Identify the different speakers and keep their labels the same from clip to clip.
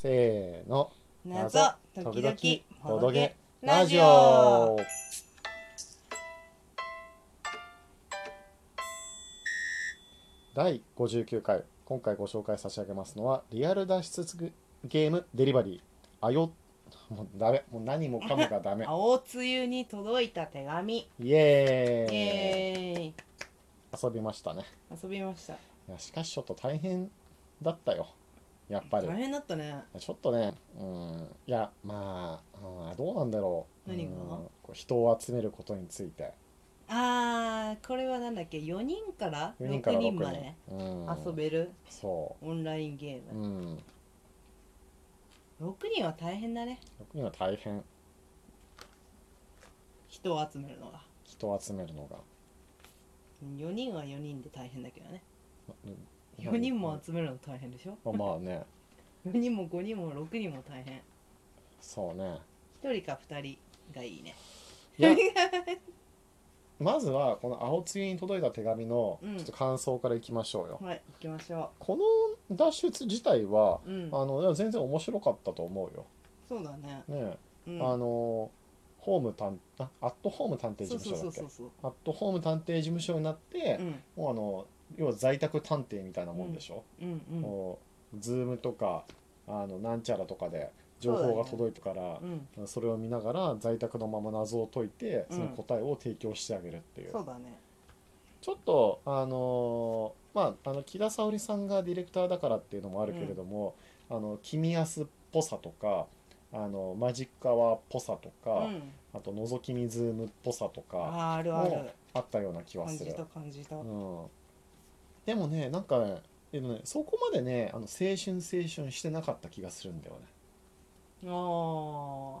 Speaker 1: せーの
Speaker 2: 謎時々ほどけ
Speaker 1: ラ
Speaker 2: ラ
Speaker 1: ジ
Speaker 2: ジ
Speaker 1: オ
Speaker 2: オ
Speaker 1: 第59回今回ご紹介差し上げますのはリアル脱出ゲームデリバリーあよもうダメもう何もかもがダメ
Speaker 2: 青梅雨に届いた手紙
Speaker 1: イエ
Speaker 2: イ
Speaker 1: ーイ
Speaker 2: エーイ
Speaker 1: 遊びましたね
Speaker 2: 遊びました
Speaker 1: いやしかしちょっと大変だったよやっぱり
Speaker 2: 大変だったね
Speaker 1: ちょっとね、うん、いや、まあ、うんどうなんだろう。
Speaker 2: 何が
Speaker 1: うんこう人を集めることについて。
Speaker 2: あーこれはなんだっけ4人から
Speaker 1: 4人から6
Speaker 2: 6人
Speaker 1: 人
Speaker 2: まで
Speaker 1: うん、
Speaker 2: 遊べる
Speaker 1: そ
Speaker 2: オンラインゲ
Speaker 1: う。う
Speaker 2: ーム
Speaker 1: ん。
Speaker 2: 6人は大変だね
Speaker 1: 6人は大変。
Speaker 2: 人を集めるのが
Speaker 1: 人を集めるのが。
Speaker 2: 4人は4人で大変だけどね
Speaker 1: うん
Speaker 2: 4人も集めるの大変でしょ
Speaker 1: まあまあね、
Speaker 2: 4人も5人も6人も大変
Speaker 1: そうね。
Speaker 2: 1人か2人がいいね
Speaker 1: い や、まずは、この青梅雨に届いた手紙の、
Speaker 2: うん
Speaker 1: ちょっと感想からいきましょうよ。
Speaker 2: はい行きましょ
Speaker 1: この脱出自体は、
Speaker 2: ううん
Speaker 1: あの、いや全然面白かったと思うよ。
Speaker 2: そうだね
Speaker 1: ね、
Speaker 2: うん
Speaker 1: あの、ホーム探、あ、アットホーム探偵事
Speaker 2: そう
Speaker 1: 務所
Speaker 2: そ
Speaker 1: だ
Speaker 2: う
Speaker 1: っけ
Speaker 2: そうそうそ
Speaker 1: ア
Speaker 2: う
Speaker 1: ットホーム探偵事務所になって、
Speaker 2: うん
Speaker 1: もうあの要は在宅探偵みたいなもんでしょ、
Speaker 2: うんうん
Speaker 1: もうズームとかあのなんちゃらとかで情報が届いたから
Speaker 2: うん
Speaker 1: そ,、れを見ながら在宅のまま謎を解いて
Speaker 2: うん
Speaker 1: その答えを提供してあげるっていう、
Speaker 2: そうだね
Speaker 1: ちょっとあのーまああの木田沙織さんがディレクターだからっていうのもあるけれども、あの君安っぽさとかあのマジックアワーっぽさと
Speaker 2: う
Speaker 1: か、
Speaker 2: ん
Speaker 1: あと覗き見ズームっぽさとか
Speaker 2: あーあるある
Speaker 1: あったような気は
Speaker 2: 感
Speaker 1: す
Speaker 2: じ
Speaker 1: る
Speaker 2: た。感じた
Speaker 1: うん、でもねなんかねでもねそこまでねあの青春青春してなかった気がするんだよ
Speaker 2: ああ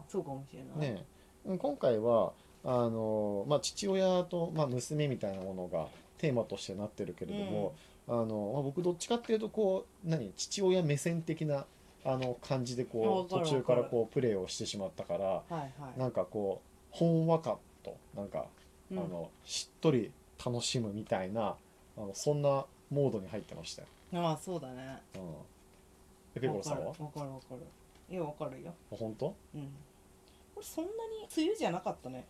Speaker 2: そうかもしれない
Speaker 1: ね。ねえうん今回はあの、まあ、父親と、まあ、娘みたいなものがテーマとしてなってるけれども、あのまあ、僕どっちかっていうとこう何父親目線的なあの感じでこう
Speaker 2: あわか
Speaker 1: 途
Speaker 2: る
Speaker 1: 中から
Speaker 2: わかる
Speaker 1: こうプレーをしてしまったから
Speaker 2: はいはい
Speaker 1: なんかこうほんわかとなんか、
Speaker 2: う
Speaker 1: あ
Speaker 2: ん
Speaker 1: のしっとり楽しむみたいなあのそんなモードに入ってましたよ
Speaker 2: ああそうだね
Speaker 1: うん。え、ペコロさんは
Speaker 2: わかるわかるわかるいやわかるよ
Speaker 1: 本当
Speaker 2: うんこれそんなに梅雨じゃなかったね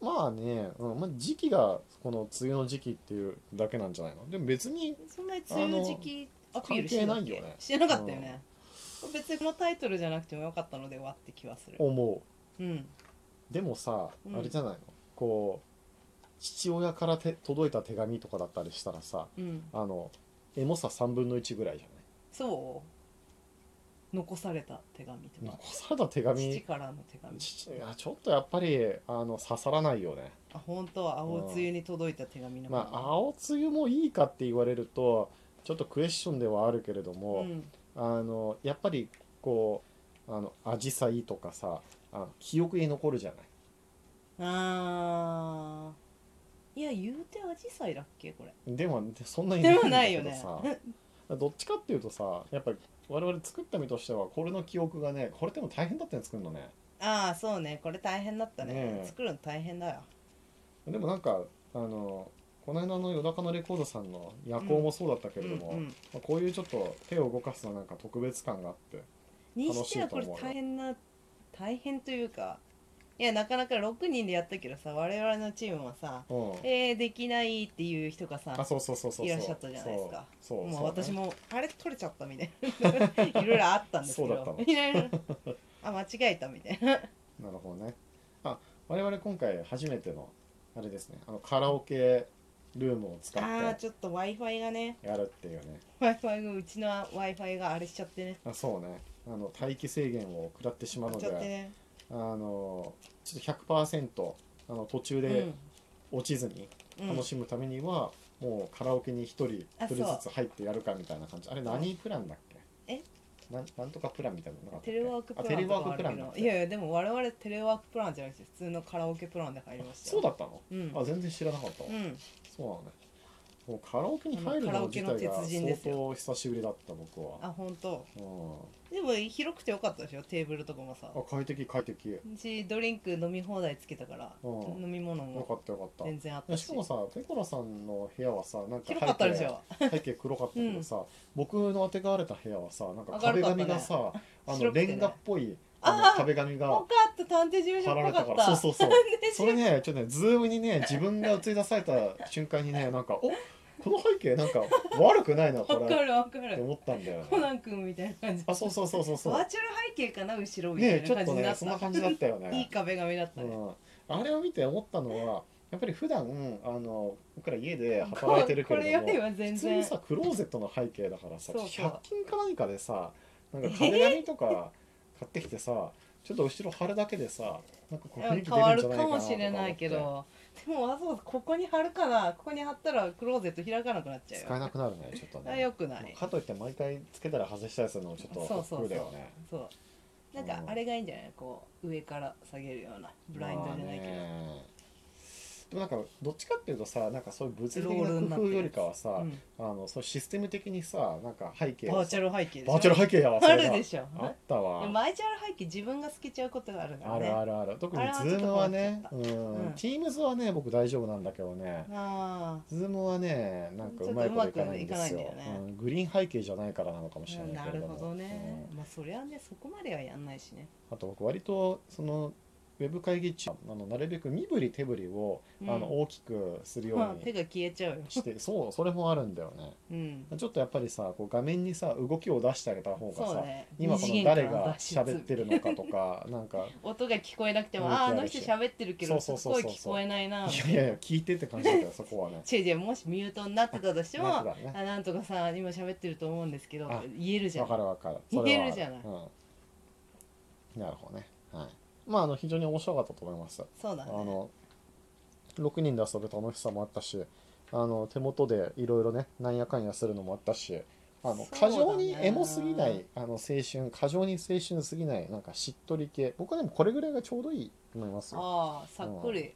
Speaker 1: まあね、うんまあ、時期がこの梅雨の時期っていうだけなんじゃないのでも別に、
Speaker 2: そんなに梅雨の時期アピールして
Speaker 1: 関係ないよね
Speaker 2: してなかったよね、これ別にこのタイトルじゃなくてもよかったのではって気はする
Speaker 1: 思
Speaker 2: うん
Speaker 1: う。でもさ
Speaker 2: う、ん
Speaker 1: あれじゃないの、こう、父親からて届いた手紙とかだったりしたらさ、
Speaker 2: うん
Speaker 1: あの、エモさ3分の1ぐらいじゃ
Speaker 2: そう残された手紙と
Speaker 1: ない
Speaker 2: か
Speaker 1: 残された手
Speaker 2: 父
Speaker 1: 紙、
Speaker 2: からの手紙
Speaker 1: 父いやちょっとやっぱり、あの、刺さらないよね。
Speaker 2: あ本当は青梅雨に届いた手紙の
Speaker 1: まあ、青梅雨もいいかって言われると、ちょっとクエスチョンではあるけれども、
Speaker 2: うん、
Speaker 1: あのやっぱりこうあの紫陽花とかさあの記憶に残るじゃない
Speaker 2: あーいや言うてアジサイだっけこれ
Speaker 1: でもそんなに
Speaker 2: でもないよ ね
Speaker 1: さどっちかっていうとさやっぱり我々作った身としてはこれの記憶がねこれでも大変だったよね作るのね
Speaker 2: ああそうねこれ大変だったね
Speaker 1: ねえ
Speaker 2: 作るの大変だよ
Speaker 1: でもなんかあのこの間の夜中のレコードさんの夜行もそうだったけれども、
Speaker 2: うんうん
Speaker 1: まあこういうちょっと手を動かすのはなんか特別感があって
Speaker 2: にしてはこれ
Speaker 1: 楽しいと思うよ
Speaker 2: 大変な大変というかいやなかなか6人でやったけどさ我々のチームはさ
Speaker 1: うん
Speaker 2: えー、できないっていう人がさ
Speaker 1: あそうそうそうそうそう
Speaker 2: いらっしゃったじゃないですか
Speaker 1: そうそう
Speaker 2: も
Speaker 1: そうう
Speaker 2: 私もあれ取れちゃったみたいな いろいろあったんです
Speaker 1: そ
Speaker 2: け
Speaker 1: うだった
Speaker 2: ど
Speaker 1: の
Speaker 2: いろいろあ間違えたみたいな
Speaker 1: なるほどね。あ、我々今回初めてのあれですね。あのカラオケルームを使
Speaker 2: あー
Speaker 1: って
Speaker 2: ちょっと w i f i がね
Speaker 1: やるっていうね。
Speaker 2: w i f i がうちの w i f i があれしちゃってね
Speaker 1: あ、そうね。あの待機制限を食らってしまうの
Speaker 2: ちゃって
Speaker 1: で、
Speaker 2: ね
Speaker 1: あのちょっと100%あの途中で落ちずに
Speaker 2: うんうん
Speaker 1: 楽しむためには、もうカラオケに一人
Speaker 2: あ
Speaker 1: 一人
Speaker 2: そう
Speaker 1: ずつ入ってやるかみたいな感じ。あれ何プランだっけ？
Speaker 2: え？
Speaker 1: なんなんとかプランみたいなのなかったっけ
Speaker 2: テレワークプラン
Speaker 1: あテレワーク
Speaker 2: と
Speaker 1: プ
Speaker 2: か
Speaker 1: ラ
Speaker 2: あ
Speaker 1: ン
Speaker 2: る
Speaker 1: だっ
Speaker 2: け
Speaker 1: け
Speaker 2: どいやいやでも我々テレワークプランじゃなくて普通のカラオケプランで入りました
Speaker 1: そ
Speaker 2: よ
Speaker 1: うだったの？
Speaker 2: うん
Speaker 1: あ、全然知らなかったわ。
Speaker 2: うん
Speaker 1: そうなのね。もうカラオケに入る
Speaker 2: あのカラ
Speaker 1: の
Speaker 2: オケ
Speaker 1: 自
Speaker 2: の
Speaker 1: 体が
Speaker 2: 鉄人
Speaker 1: 相
Speaker 2: ですよ
Speaker 1: 当久しぶりだった僕は、
Speaker 2: あ本当
Speaker 1: うん、
Speaker 2: でも広くてよかったでしょテーブルとかもさ
Speaker 1: あ快適快適よ
Speaker 2: うちドリンク飲み放題つけたから
Speaker 1: うん
Speaker 2: 飲み物
Speaker 1: か
Speaker 2: も
Speaker 1: ったよかっ
Speaker 2: 全然あったた
Speaker 1: しかもさペコラさんの部屋はさなんか
Speaker 2: 広かったでし
Speaker 1: 背景
Speaker 2: ょ
Speaker 1: 背景黒かったけどさ、僕のあてがわれた部屋はさなんか
Speaker 2: 明
Speaker 1: 壁
Speaker 2: るかったね
Speaker 1: 紙がさ、あ
Speaker 2: 白
Speaker 1: の
Speaker 2: くてね
Speaker 1: レンガっぽい
Speaker 2: あ
Speaker 1: あ
Speaker 2: ー
Speaker 1: の壁紙
Speaker 2: 多
Speaker 1: が
Speaker 2: かった探偵事務所
Speaker 1: 貼ら
Speaker 2: っ
Speaker 1: れ
Speaker 2: ぽ
Speaker 1: た
Speaker 2: か
Speaker 1: か
Speaker 2: った
Speaker 1: らそうそうそ う
Speaker 2: で
Speaker 1: それねちょっとねズームにね自分が映り出された瞬間にねなんかおこの背景なんか悪くないなこ
Speaker 2: わか
Speaker 1: れっ
Speaker 2: るわか
Speaker 1: て
Speaker 2: る
Speaker 1: 思ったんだよ
Speaker 2: コ
Speaker 1: ね
Speaker 2: ナン君みたいな感じ
Speaker 1: あそうそうそうそうそ
Speaker 2: バー
Speaker 1: う
Speaker 2: チャル背景かな後ろみた
Speaker 1: ね
Speaker 2: い
Speaker 1: ち
Speaker 2: な
Speaker 1: ょっと
Speaker 2: 感じにな
Speaker 1: ね
Speaker 2: っ
Speaker 1: そ
Speaker 2: た、
Speaker 1: んな感じだったよね
Speaker 2: いい壁紙だったね、
Speaker 1: うん、あれを見て思ったのはやっぱり普段あの僕ら家で
Speaker 2: こ
Speaker 1: 働いてるけ
Speaker 2: これよ
Speaker 1: れど
Speaker 2: り
Speaker 1: も
Speaker 2: は全
Speaker 1: 普通に
Speaker 2: 然
Speaker 1: さクローゼットの背景だからさ
Speaker 2: そうそう
Speaker 1: 100均か何かでさなんか壁紙とか買ってきてさ、ちょっと後ろ貼るだけでさなんかこう雰囲気出
Speaker 2: 変
Speaker 1: る
Speaker 2: わ
Speaker 1: ん
Speaker 2: る
Speaker 1: じゃないかなとか
Speaker 2: か
Speaker 1: 思
Speaker 2: も
Speaker 1: って
Speaker 2: しれないけどでもわざわざここに貼るかなここに貼ったらクローゼット開かなくなっちゃうよ
Speaker 1: 使えなくなるねちょっと
Speaker 2: あ
Speaker 1: ね
Speaker 2: よくない
Speaker 1: かといって毎回つけたら外したりするのもちょっと
Speaker 2: そうそう
Speaker 1: 億劫だよね
Speaker 2: そうなんかあれがいいんじゃないこう上から下げるようなブラインドじゃないけど、
Speaker 1: まあねでもなんかどっちかっていうとさなんかそういう物理
Speaker 2: ロールに
Speaker 1: 的な
Speaker 2: な
Speaker 1: 工
Speaker 2: ってる
Speaker 1: 夫よりかはさ、
Speaker 2: うん
Speaker 1: あのそうシステム的にさなんか背景
Speaker 2: バ
Speaker 1: を
Speaker 2: ーチャル背景でしょ
Speaker 1: バーチャル背景やわそ
Speaker 2: あ
Speaker 1: れが
Speaker 2: るでしょ
Speaker 1: あったわ
Speaker 2: バーチャル背景自分が透けちゃうことがあるから
Speaker 1: あ
Speaker 2: ね
Speaker 1: るあるある特に
Speaker 2: あれはちょっ
Speaker 1: Zoom
Speaker 2: と
Speaker 1: はね
Speaker 2: 困っ
Speaker 1: うん
Speaker 2: うん
Speaker 1: Teams はね僕大丈夫なんだけどね
Speaker 2: あ
Speaker 1: Zoom はねなんかうまいこといかないんですよ
Speaker 2: ちょっとうまくいかないんだよね
Speaker 1: うんグリーン背景じゃないからなのかもしれ
Speaker 2: あ
Speaker 1: ない
Speaker 2: な
Speaker 1: けれ
Speaker 2: る
Speaker 1: ども
Speaker 2: ほどね
Speaker 1: う、
Speaker 2: まあそりゃねそこまではやんないしね、
Speaker 1: んあと僕割とそのウェブ会議中あのなるべく身振り手振りをあ
Speaker 2: うん
Speaker 1: の大きくするよ
Speaker 2: まあ
Speaker 1: う
Speaker 2: 手
Speaker 1: に
Speaker 2: が消えちゃうよ、
Speaker 1: してそうそれもあるんだよね
Speaker 2: うん、
Speaker 1: ちょっとやっぱりさこう画面にさ動きを出してあげた方が
Speaker 2: そう
Speaker 1: さ
Speaker 2: ね
Speaker 1: 今
Speaker 2: 二
Speaker 1: こ
Speaker 2: 次
Speaker 1: の
Speaker 2: 元
Speaker 1: 誰
Speaker 2: からの
Speaker 1: が
Speaker 2: 脱出
Speaker 1: 喋ってるのかとかなんか
Speaker 2: 音が聞こえなくても
Speaker 1: うん
Speaker 2: あーあの人喋ってるけどす
Speaker 1: そう
Speaker 2: っ
Speaker 1: そうそ
Speaker 2: ご
Speaker 1: う
Speaker 2: い
Speaker 1: そう
Speaker 2: 聞こえないない
Speaker 1: やいやいや聞いてって感じだよそこ
Speaker 2: 。
Speaker 1: はね
Speaker 2: 違う違うもしミュートになってたとしても
Speaker 1: なん
Speaker 2: あ
Speaker 1: かね
Speaker 2: なんとかさん今喋ってると思うんですけど
Speaker 1: あ
Speaker 2: 言えるじゃ
Speaker 1: わ
Speaker 2: ん
Speaker 1: かるわかる。それはあ
Speaker 2: 言えるじゃない
Speaker 1: うん、なるほどね。はい。まああの非常に面白かったと思います。
Speaker 2: そうだ
Speaker 1: あ
Speaker 2: ね
Speaker 1: の6人で遊ぶ楽しさもあったし、あの手元でいろいろねなんやかんやするのもあったし。あの
Speaker 2: そうだ
Speaker 1: 過
Speaker 2: ね
Speaker 1: 剰にエモすぎないあの青春過剰に青春すぎないなんかしっとり系僕はでもこれぐらいがちょうどいいと思いますよ
Speaker 2: ああさっくり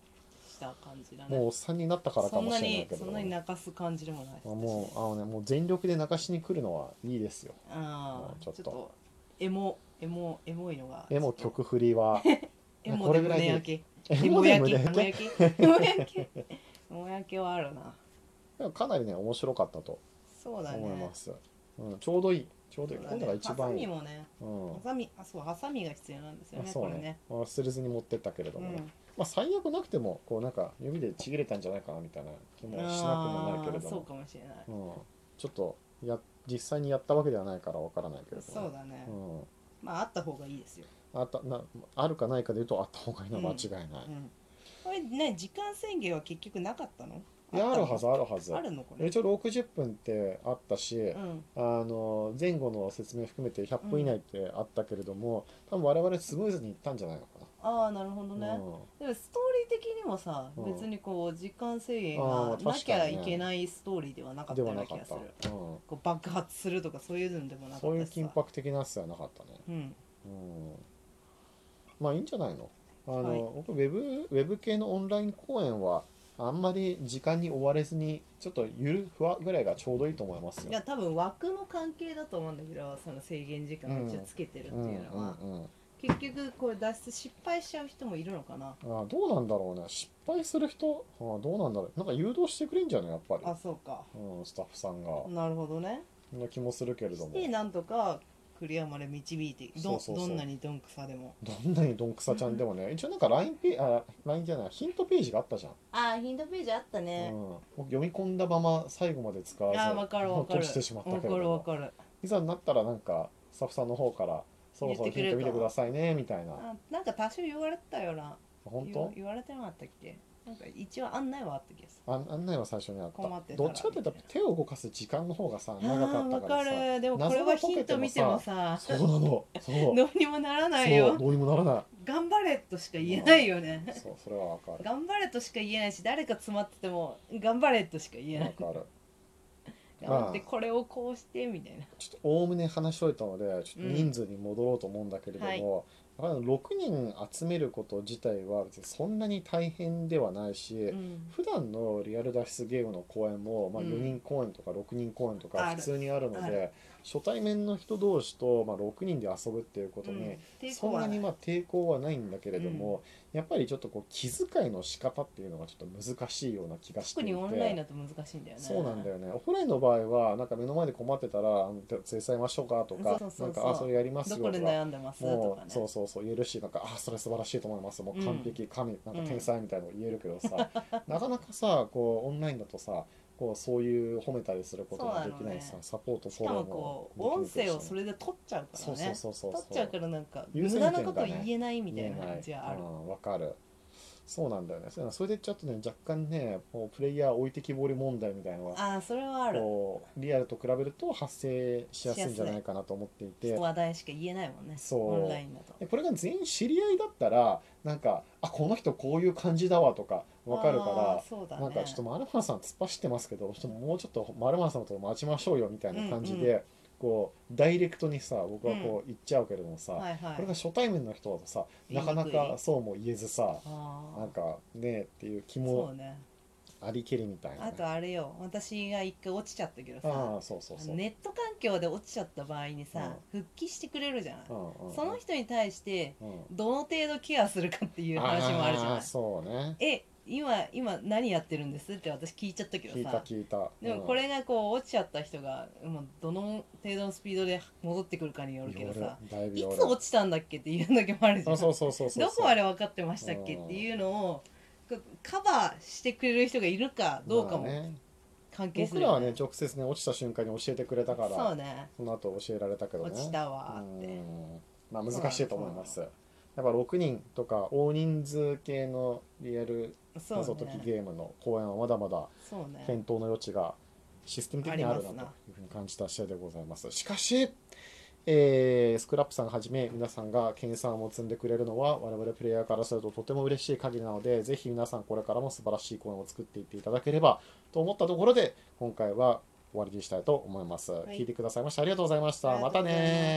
Speaker 2: した感じだね
Speaker 1: もうおっさんになったからか
Speaker 2: そん
Speaker 1: も
Speaker 2: な
Speaker 1: しれない
Speaker 2: に
Speaker 1: けど
Speaker 2: そんなに泣かす感じでもないし
Speaker 1: まあもうあのねもう全力で泣かしに来るのはいいですよ
Speaker 2: あ
Speaker 1: もうち
Speaker 2: ーち
Speaker 1: ょ
Speaker 2: ょ
Speaker 1: っと
Speaker 2: っとエモエモエモいのが
Speaker 1: エモ曲振り は
Speaker 2: エモ
Speaker 1: こ
Speaker 2: で
Speaker 1: れぐらいで
Speaker 2: 胸焼け
Speaker 1: エ
Speaker 2: エ
Speaker 1: モ
Speaker 2: モ
Speaker 1: で
Speaker 2: 焼
Speaker 1: 胸
Speaker 2: けエ
Speaker 1: 焼
Speaker 2: モ
Speaker 1: け
Speaker 2: 焼けエモ焼けエ モ焼けはあるな
Speaker 1: でもかなりね面白かったと
Speaker 2: そうだね
Speaker 1: 思います、うん、ちょうどいいちょうどいい、
Speaker 2: そうだ
Speaker 1: 今
Speaker 2: ね
Speaker 1: 度が一番いい、
Speaker 2: ハサミ
Speaker 1: うん、
Speaker 2: もねハサミあそうハサミが必要なんですよ
Speaker 1: あ
Speaker 2: ね
Speaker 1: そ
Speaker 2: こ
Speaker 1: う
Speaker 2: れ
Speaker 1: ね
Speaker 2: ね
Speaker 1: まあ、捨てずに持ってったけれど
Speaker 2: う
Speaker 1: も、ね
Speaker 2: ん
Speaker 1: まあ、最悪なくてもこうなんか指でちぎれたんじゃないかなみたいな気もしなくもないけれ
Speaker 2: あー
Speaker 1: ど
Speaker 2: そう
Speaker 1: も、
Speaker 2: かもしれないう
Speaker 1: ん、ちょっとや実際にやったわけではないからわからないけれども
Speaker 2: そうだね、
Speaker 1: うん
Speaker 2: まああった方がいいですよ、
Speaker 1: あったなあるかないかでいうとあった方がいいのは間違いない、
Speaker 2: うん、これね時間制限は結局なかったの
Speaker 1: いやある
Speaker 2: ったの
Speaker 1: はずあるはず
Speaker 2: あるのこれ
Speaker 1: 一応60分ってあったし、
Speaker 2: うん
Speaker 1: あの前後の説明含めて100分以内ってあったけれども、多分我々スムーズにいったんじゃないのか
Speaker 2: ああなるほど
Speaker 1: な、
Speaker 2: ね、
Speaker 1: う
Speaker 2: でもストーリー的にもさ、
Speaker 1: うん
Speaker 2: 別にこう時間制限
Speaker 1: あ
Speaker 2: が
Speaker 1: ーまあ
Speaker 2: な
Speaker 1: 確
Speaker 2: き
Speaker 1: かに
Speaker 2: ゃ
Speaker 1: ね
Speaker 2: いけないストーリーではな
Speaker 1: ん、
Speaker 2: かった
Speaker 1: で
Speaker 2: よ
Speaker 1: は
Speaker 2: う
Speaker 1: な
Speaker 2: な
Speaker 1: か
Speaker 2: 気
Speaker 1: っ
Speaker 2: がす
Speaker 1: た、
Speaker 2: る
Speaker 1: うん、
Speaker 2: こう爆発するとかそういうのでもなかったしさ
Speaker 1: そういう緊迫的なやつではなかったね、
Speaker 2: うん
Speaker 1: うん、まあいいんじゃないのあの、
Speaker 2: はい
Speaker 1: 僕ウェブウェブ系のオンライン公演はあんまり時間に追われずにちょっとゆるふわぐらいがちょうどいいと思いますよ
Speaker 2: いや多分枠の関係だと思うんだけどその制限時間を一応つけてるって
Speaker 1: うんうん
Speaker 2: いうのは、
Speaker 1: うん
Speaker 2: 結局これ脱出失敗しちゃう人もいるのかな
Speaker 1: ああどうなんだろうね失敗する人ああどうなんだろうなんか誘導してくれんじゃないやっぱり
Speaker 2: あそうか
Speaker 1: うん、スタッフさんが、
Speaker 2: なるほどね
Speaker 1: そんな気もするけれども
Speaker 2: でなんとかクリアまで導いてど
Speaker 1: そうそうそう
Speaker 2: どんなにどんくさでも
Speaker 1: どんなにどんくさちゃんでもね一応なんか LINE ペあ LINE じゃないヒントページがあったじゃん、
Speaker 2: あーヒントページあったね
Speaker 1: う、ん、僕読み込んだまま最後まで使わず
Speaker 2: あーわかるわか
Speaker 1: 落
Speaker 2: る
Speaker 1: としてしまった
Speaker 2: わ
Speaker 1: け
Speaker 2: か
Speaker 1: れど
Speaker 2: るわ
Speaker 1: も
Speaker 2: かる
Speaker 1: いざになったらなんかスタッフさんの方から「そろそろ
Speaker 2: 言って
Speaker 1: ヒ
Speaker 2: くれ
Speaker 1: ン
Speaker 2: た
Speaker 1: ト見てくださいね」みたいな
Speaker 2: あなんか多少言われてたよな
Speaker 1: 本
Speaker 2: 言わ
Speaker 1: 当
Speaker 2: 言われてなかったっけなんか一応案内はあった気がす
Speaker 1: あ案内は最初にあっ
Speaker 2: 困ったてた
Speaker 1: ど
Speaker 2: ら
Speaker 1: っちかというと
Speaker 2: みたい
Speaker 1: 手を動かす時間の方がさ
Speaker 2: る
Speaker 1: 長かった
Speaker 2: あーわ
Speaker 1: から
Speaker 2: か
Speaker 1: さ
Speaker 2: るでもこれはヒント見てもさ
Speaker 1: そうなのそう
Speaker 2: どうにもならない
Speaker 1: そう
Speaker 2: よ
Speaker 1: どうにもならな
Speaker 2: 頑張れとしか言えないよね
Speaker 1: いそうそれはわかる
Speaker 2: 頑張れとしか言えないし誰か詰まってても頑張れとしか言えな
Speaker 1: わ
Speaker 2: い
Speaker 1: かる
Speaker 2: 頑張って
Speaker 1: ああ
Speaker 2: これをこうしてみたいな
Speaker 1: ちょっとおおむね話しといたのでちょっと人数に戻ろうと思うんだけれども、やっぱり6人集めること自体は別にそんなに大変ではないし、
Speaker 2: うん
Speaker 1: 普段のリアル脱出ゲームの公演も、まあ、
Speaker 2: うん
Speaker 1: 4人公演とか6人公演と
Speaker 2: あ
Speaker 1: か
Speaker 2: る
Speaker 1: 普通にあるの
Speaker 2: あ
Speaker 1: で、
Speaker 2: る
Speaker 1: 初対面の人同士と、まあ、6人で遊ぶっていうこと
Speaker 2: うん
Speaker 1: に、
Speaker 2: 抵
Speaker 1: そ
Speaker 2: 抗
Speaker 1: ん
Speaker 2: は
Speaker 1: ないにまあ抵抗はないんだけれども、やっぱりちょっとこう気遣いの仕方っていうのがちょっと難しいような気がして
Speaker 2: 特
Speaker 1: いて
Speaker 2: にオンラインだと難しいんだよね
Speaker 1: そうなんだよねオフラインの場合はなんか目の前で困ってたらあの「連れ去りましょうか」とか
Speaker 2: そうそうそう
Speaker 1: なんかあそれやります
Speaker 2: ど
Speaker 1: よ」
Speaker 2: こで
Speaker 1: とか。
Speaker 2: 悩んでますと
Speaker 1: も
Speaker 2: か
Speaker 1: う
Speaker 2: ね
Speaker 1: そうそうそう言えるしなんかあそれ素晴らしいと思いますもう完璧、神なんか天才みたいなの言えるけど さ、なかなかさこうオンラインだとさこうそういう褒めたりすることができないし
Speaker 2: そ
Speaker 1: さ、
Speaker 2: うなのね
Speaker 1: サポートフ
Speaker 2: し
Speaker 1: ォ
Speaker 2: か
Speaker 1: ロ
Speaker 2: も
Speaker 1: ーも
Speaker 2: こう音
Speaker 1: できに
Speaker 2: 声
Speaker 1: く
Speaker 2: を
Speaker 1: いし
Speaker 2: それで取っちゃうから
Speaker 1: そうそう
Speaker 2: ね
Speaker 1: そうそう
Speaker 2: 取っちゃうからなんか
Speaker 1: 優
Speaker 2: 無
Speaker 1: 先権
Speaker 2: 駄
Speaker 1: がね
Speaker 2: なこと言えないみたいな
Speaker 1: 言え
Speaker 2: 感じはある
Speaker 1: うんわかるそうなんだよねそういうのそれでちょっとね若干ねもうプレイヤー置いてきぼり問題みたいなのは
Speaker 2: ああそれはある
Speaker 1: こうリアルと比べると発生しやすいんじゃないかなと思っていて
Speaker 2: 話題しか言えないもんね
Speaker 1: そう
Speaker 2: オンラインだと
Speaker 1: でこれが全員知り合いだったらなんか「あこの人こういう感じだわ」とかわかる
Speaker 2: あ
Speaker 1: か
Speaker 2: ーそうだ
Speaker 1: ら、なん
Speaker 2: ね
Speaker 1: かちょっと丸原さん突っ走ってますけどちょっともうちょっと丸原さんのとこ待ちましょうよみたいな感じで、
Speaker 2: うん
Speaker 1: こうダイレクトにさ僕はこう言っちゃうけれどもさ、
Speaker 2: はいはい
Speaker 1: これが初対面の人だとさなかな
Speaker 2: 言いにく
Speaker 1: か
Speaker 2: い
Speaker 1: そうも言えずさ
Speaker 2: あー
Speaker 1: なんかねえっていう気
Speaker 2: そ
Speaker 1: も
Speaker 2: うね
Speaker 1: ありけりみたいなね、
Speaker 2: あとあれよ私が一回落ちちゃったけどさ
Speaker 1: ああそうそうそう、
Speaker 2: ネット環境で落ちちゃった場合にさ、復帰してくれるじゃない、
Speaker 1: うんうんうん、
Speaker 2: その人に対して
Speaker 1: うん
Speaker 2: どの程度ケアするかっていう話もあるじゃな
Speaker 1: ー
Speaker 2: い
Speaker 1: そうね
Speaker 2: え今今何やってるんですって私聞いちゃったけ
Speaker 1: 聞
Speaker 2: ど
Speaker 1: いた
Speaker 2: さ
Speaker 1: 聞いた
Speaker 2: でもこれがこう落ちちゃった人がもうどの程度のスピードで戻ってくるかに
Speaker 1: う
Speaker 2: よ
Speaker 1: ん
Speaker 2: るけどさ
Speaker 1: 夜だいぶ
Speaker 2: いつ
Speaker 1: 夜
Speaker 2: 落ちたんだっけっていう時もあるじゃ
Speaker 1: あ
Speaker 2: ん
Speaker 1: そうそうそうそう
Speaker 2: どこあれ分かってましたっけっていうのをこうカバーしてくれる人がいるかどうか
Speaker 1: まあ
Speaker 2: も
Speaker 1: ね、
Speaker 2: 関係す
Speaker 1: 僕
Speaker 2: る
Speaker 1: らは
Speaker 2: よ
Speaker 1: ね直接ね落ちた瞬間に教えてくれたから
Speaker 2: そう
Speaker 1: そ
Speaker 2: ね
Speaker 1: の後教えられたけどね
Speaker 2: 落ちたわーっ
Speaker 1: う
Speaker 2: て
Speaker 1: んまあ難しいと思いますやっぱ6人とか大人数系のリアル
Speaker 2: そう
Speaker 1: 謎解き
Speaker 2: ね
Speaker 1: ゲームの公演はまだまだ
Speaker 2: そうね
Speaker 1: 検討の余地がシステム的にあるな
Speaker 2: ありま
Speaker 1: と
Speaker 2: すな
Speaker 1: いうふうに感じた試合でございます。しかし、えースクラップさんはじめ皆さんが研鑽を積んでくれるのは我々プレイヤーからするととても嬉しい限りなのでぜひ皆さんこれからも素晴らしいコーナーを作っていっていただければと思ったところで今回は終わりにしたいと思います。
Speaker 2: い
Speaker 1: 聞いてくださいましてありがとうございました。
Speaker 2: あり
Speaker 1: ま
Speaker 2: がと
Speaker 1: た
Speaker 2: うございます
Speaker 1: ね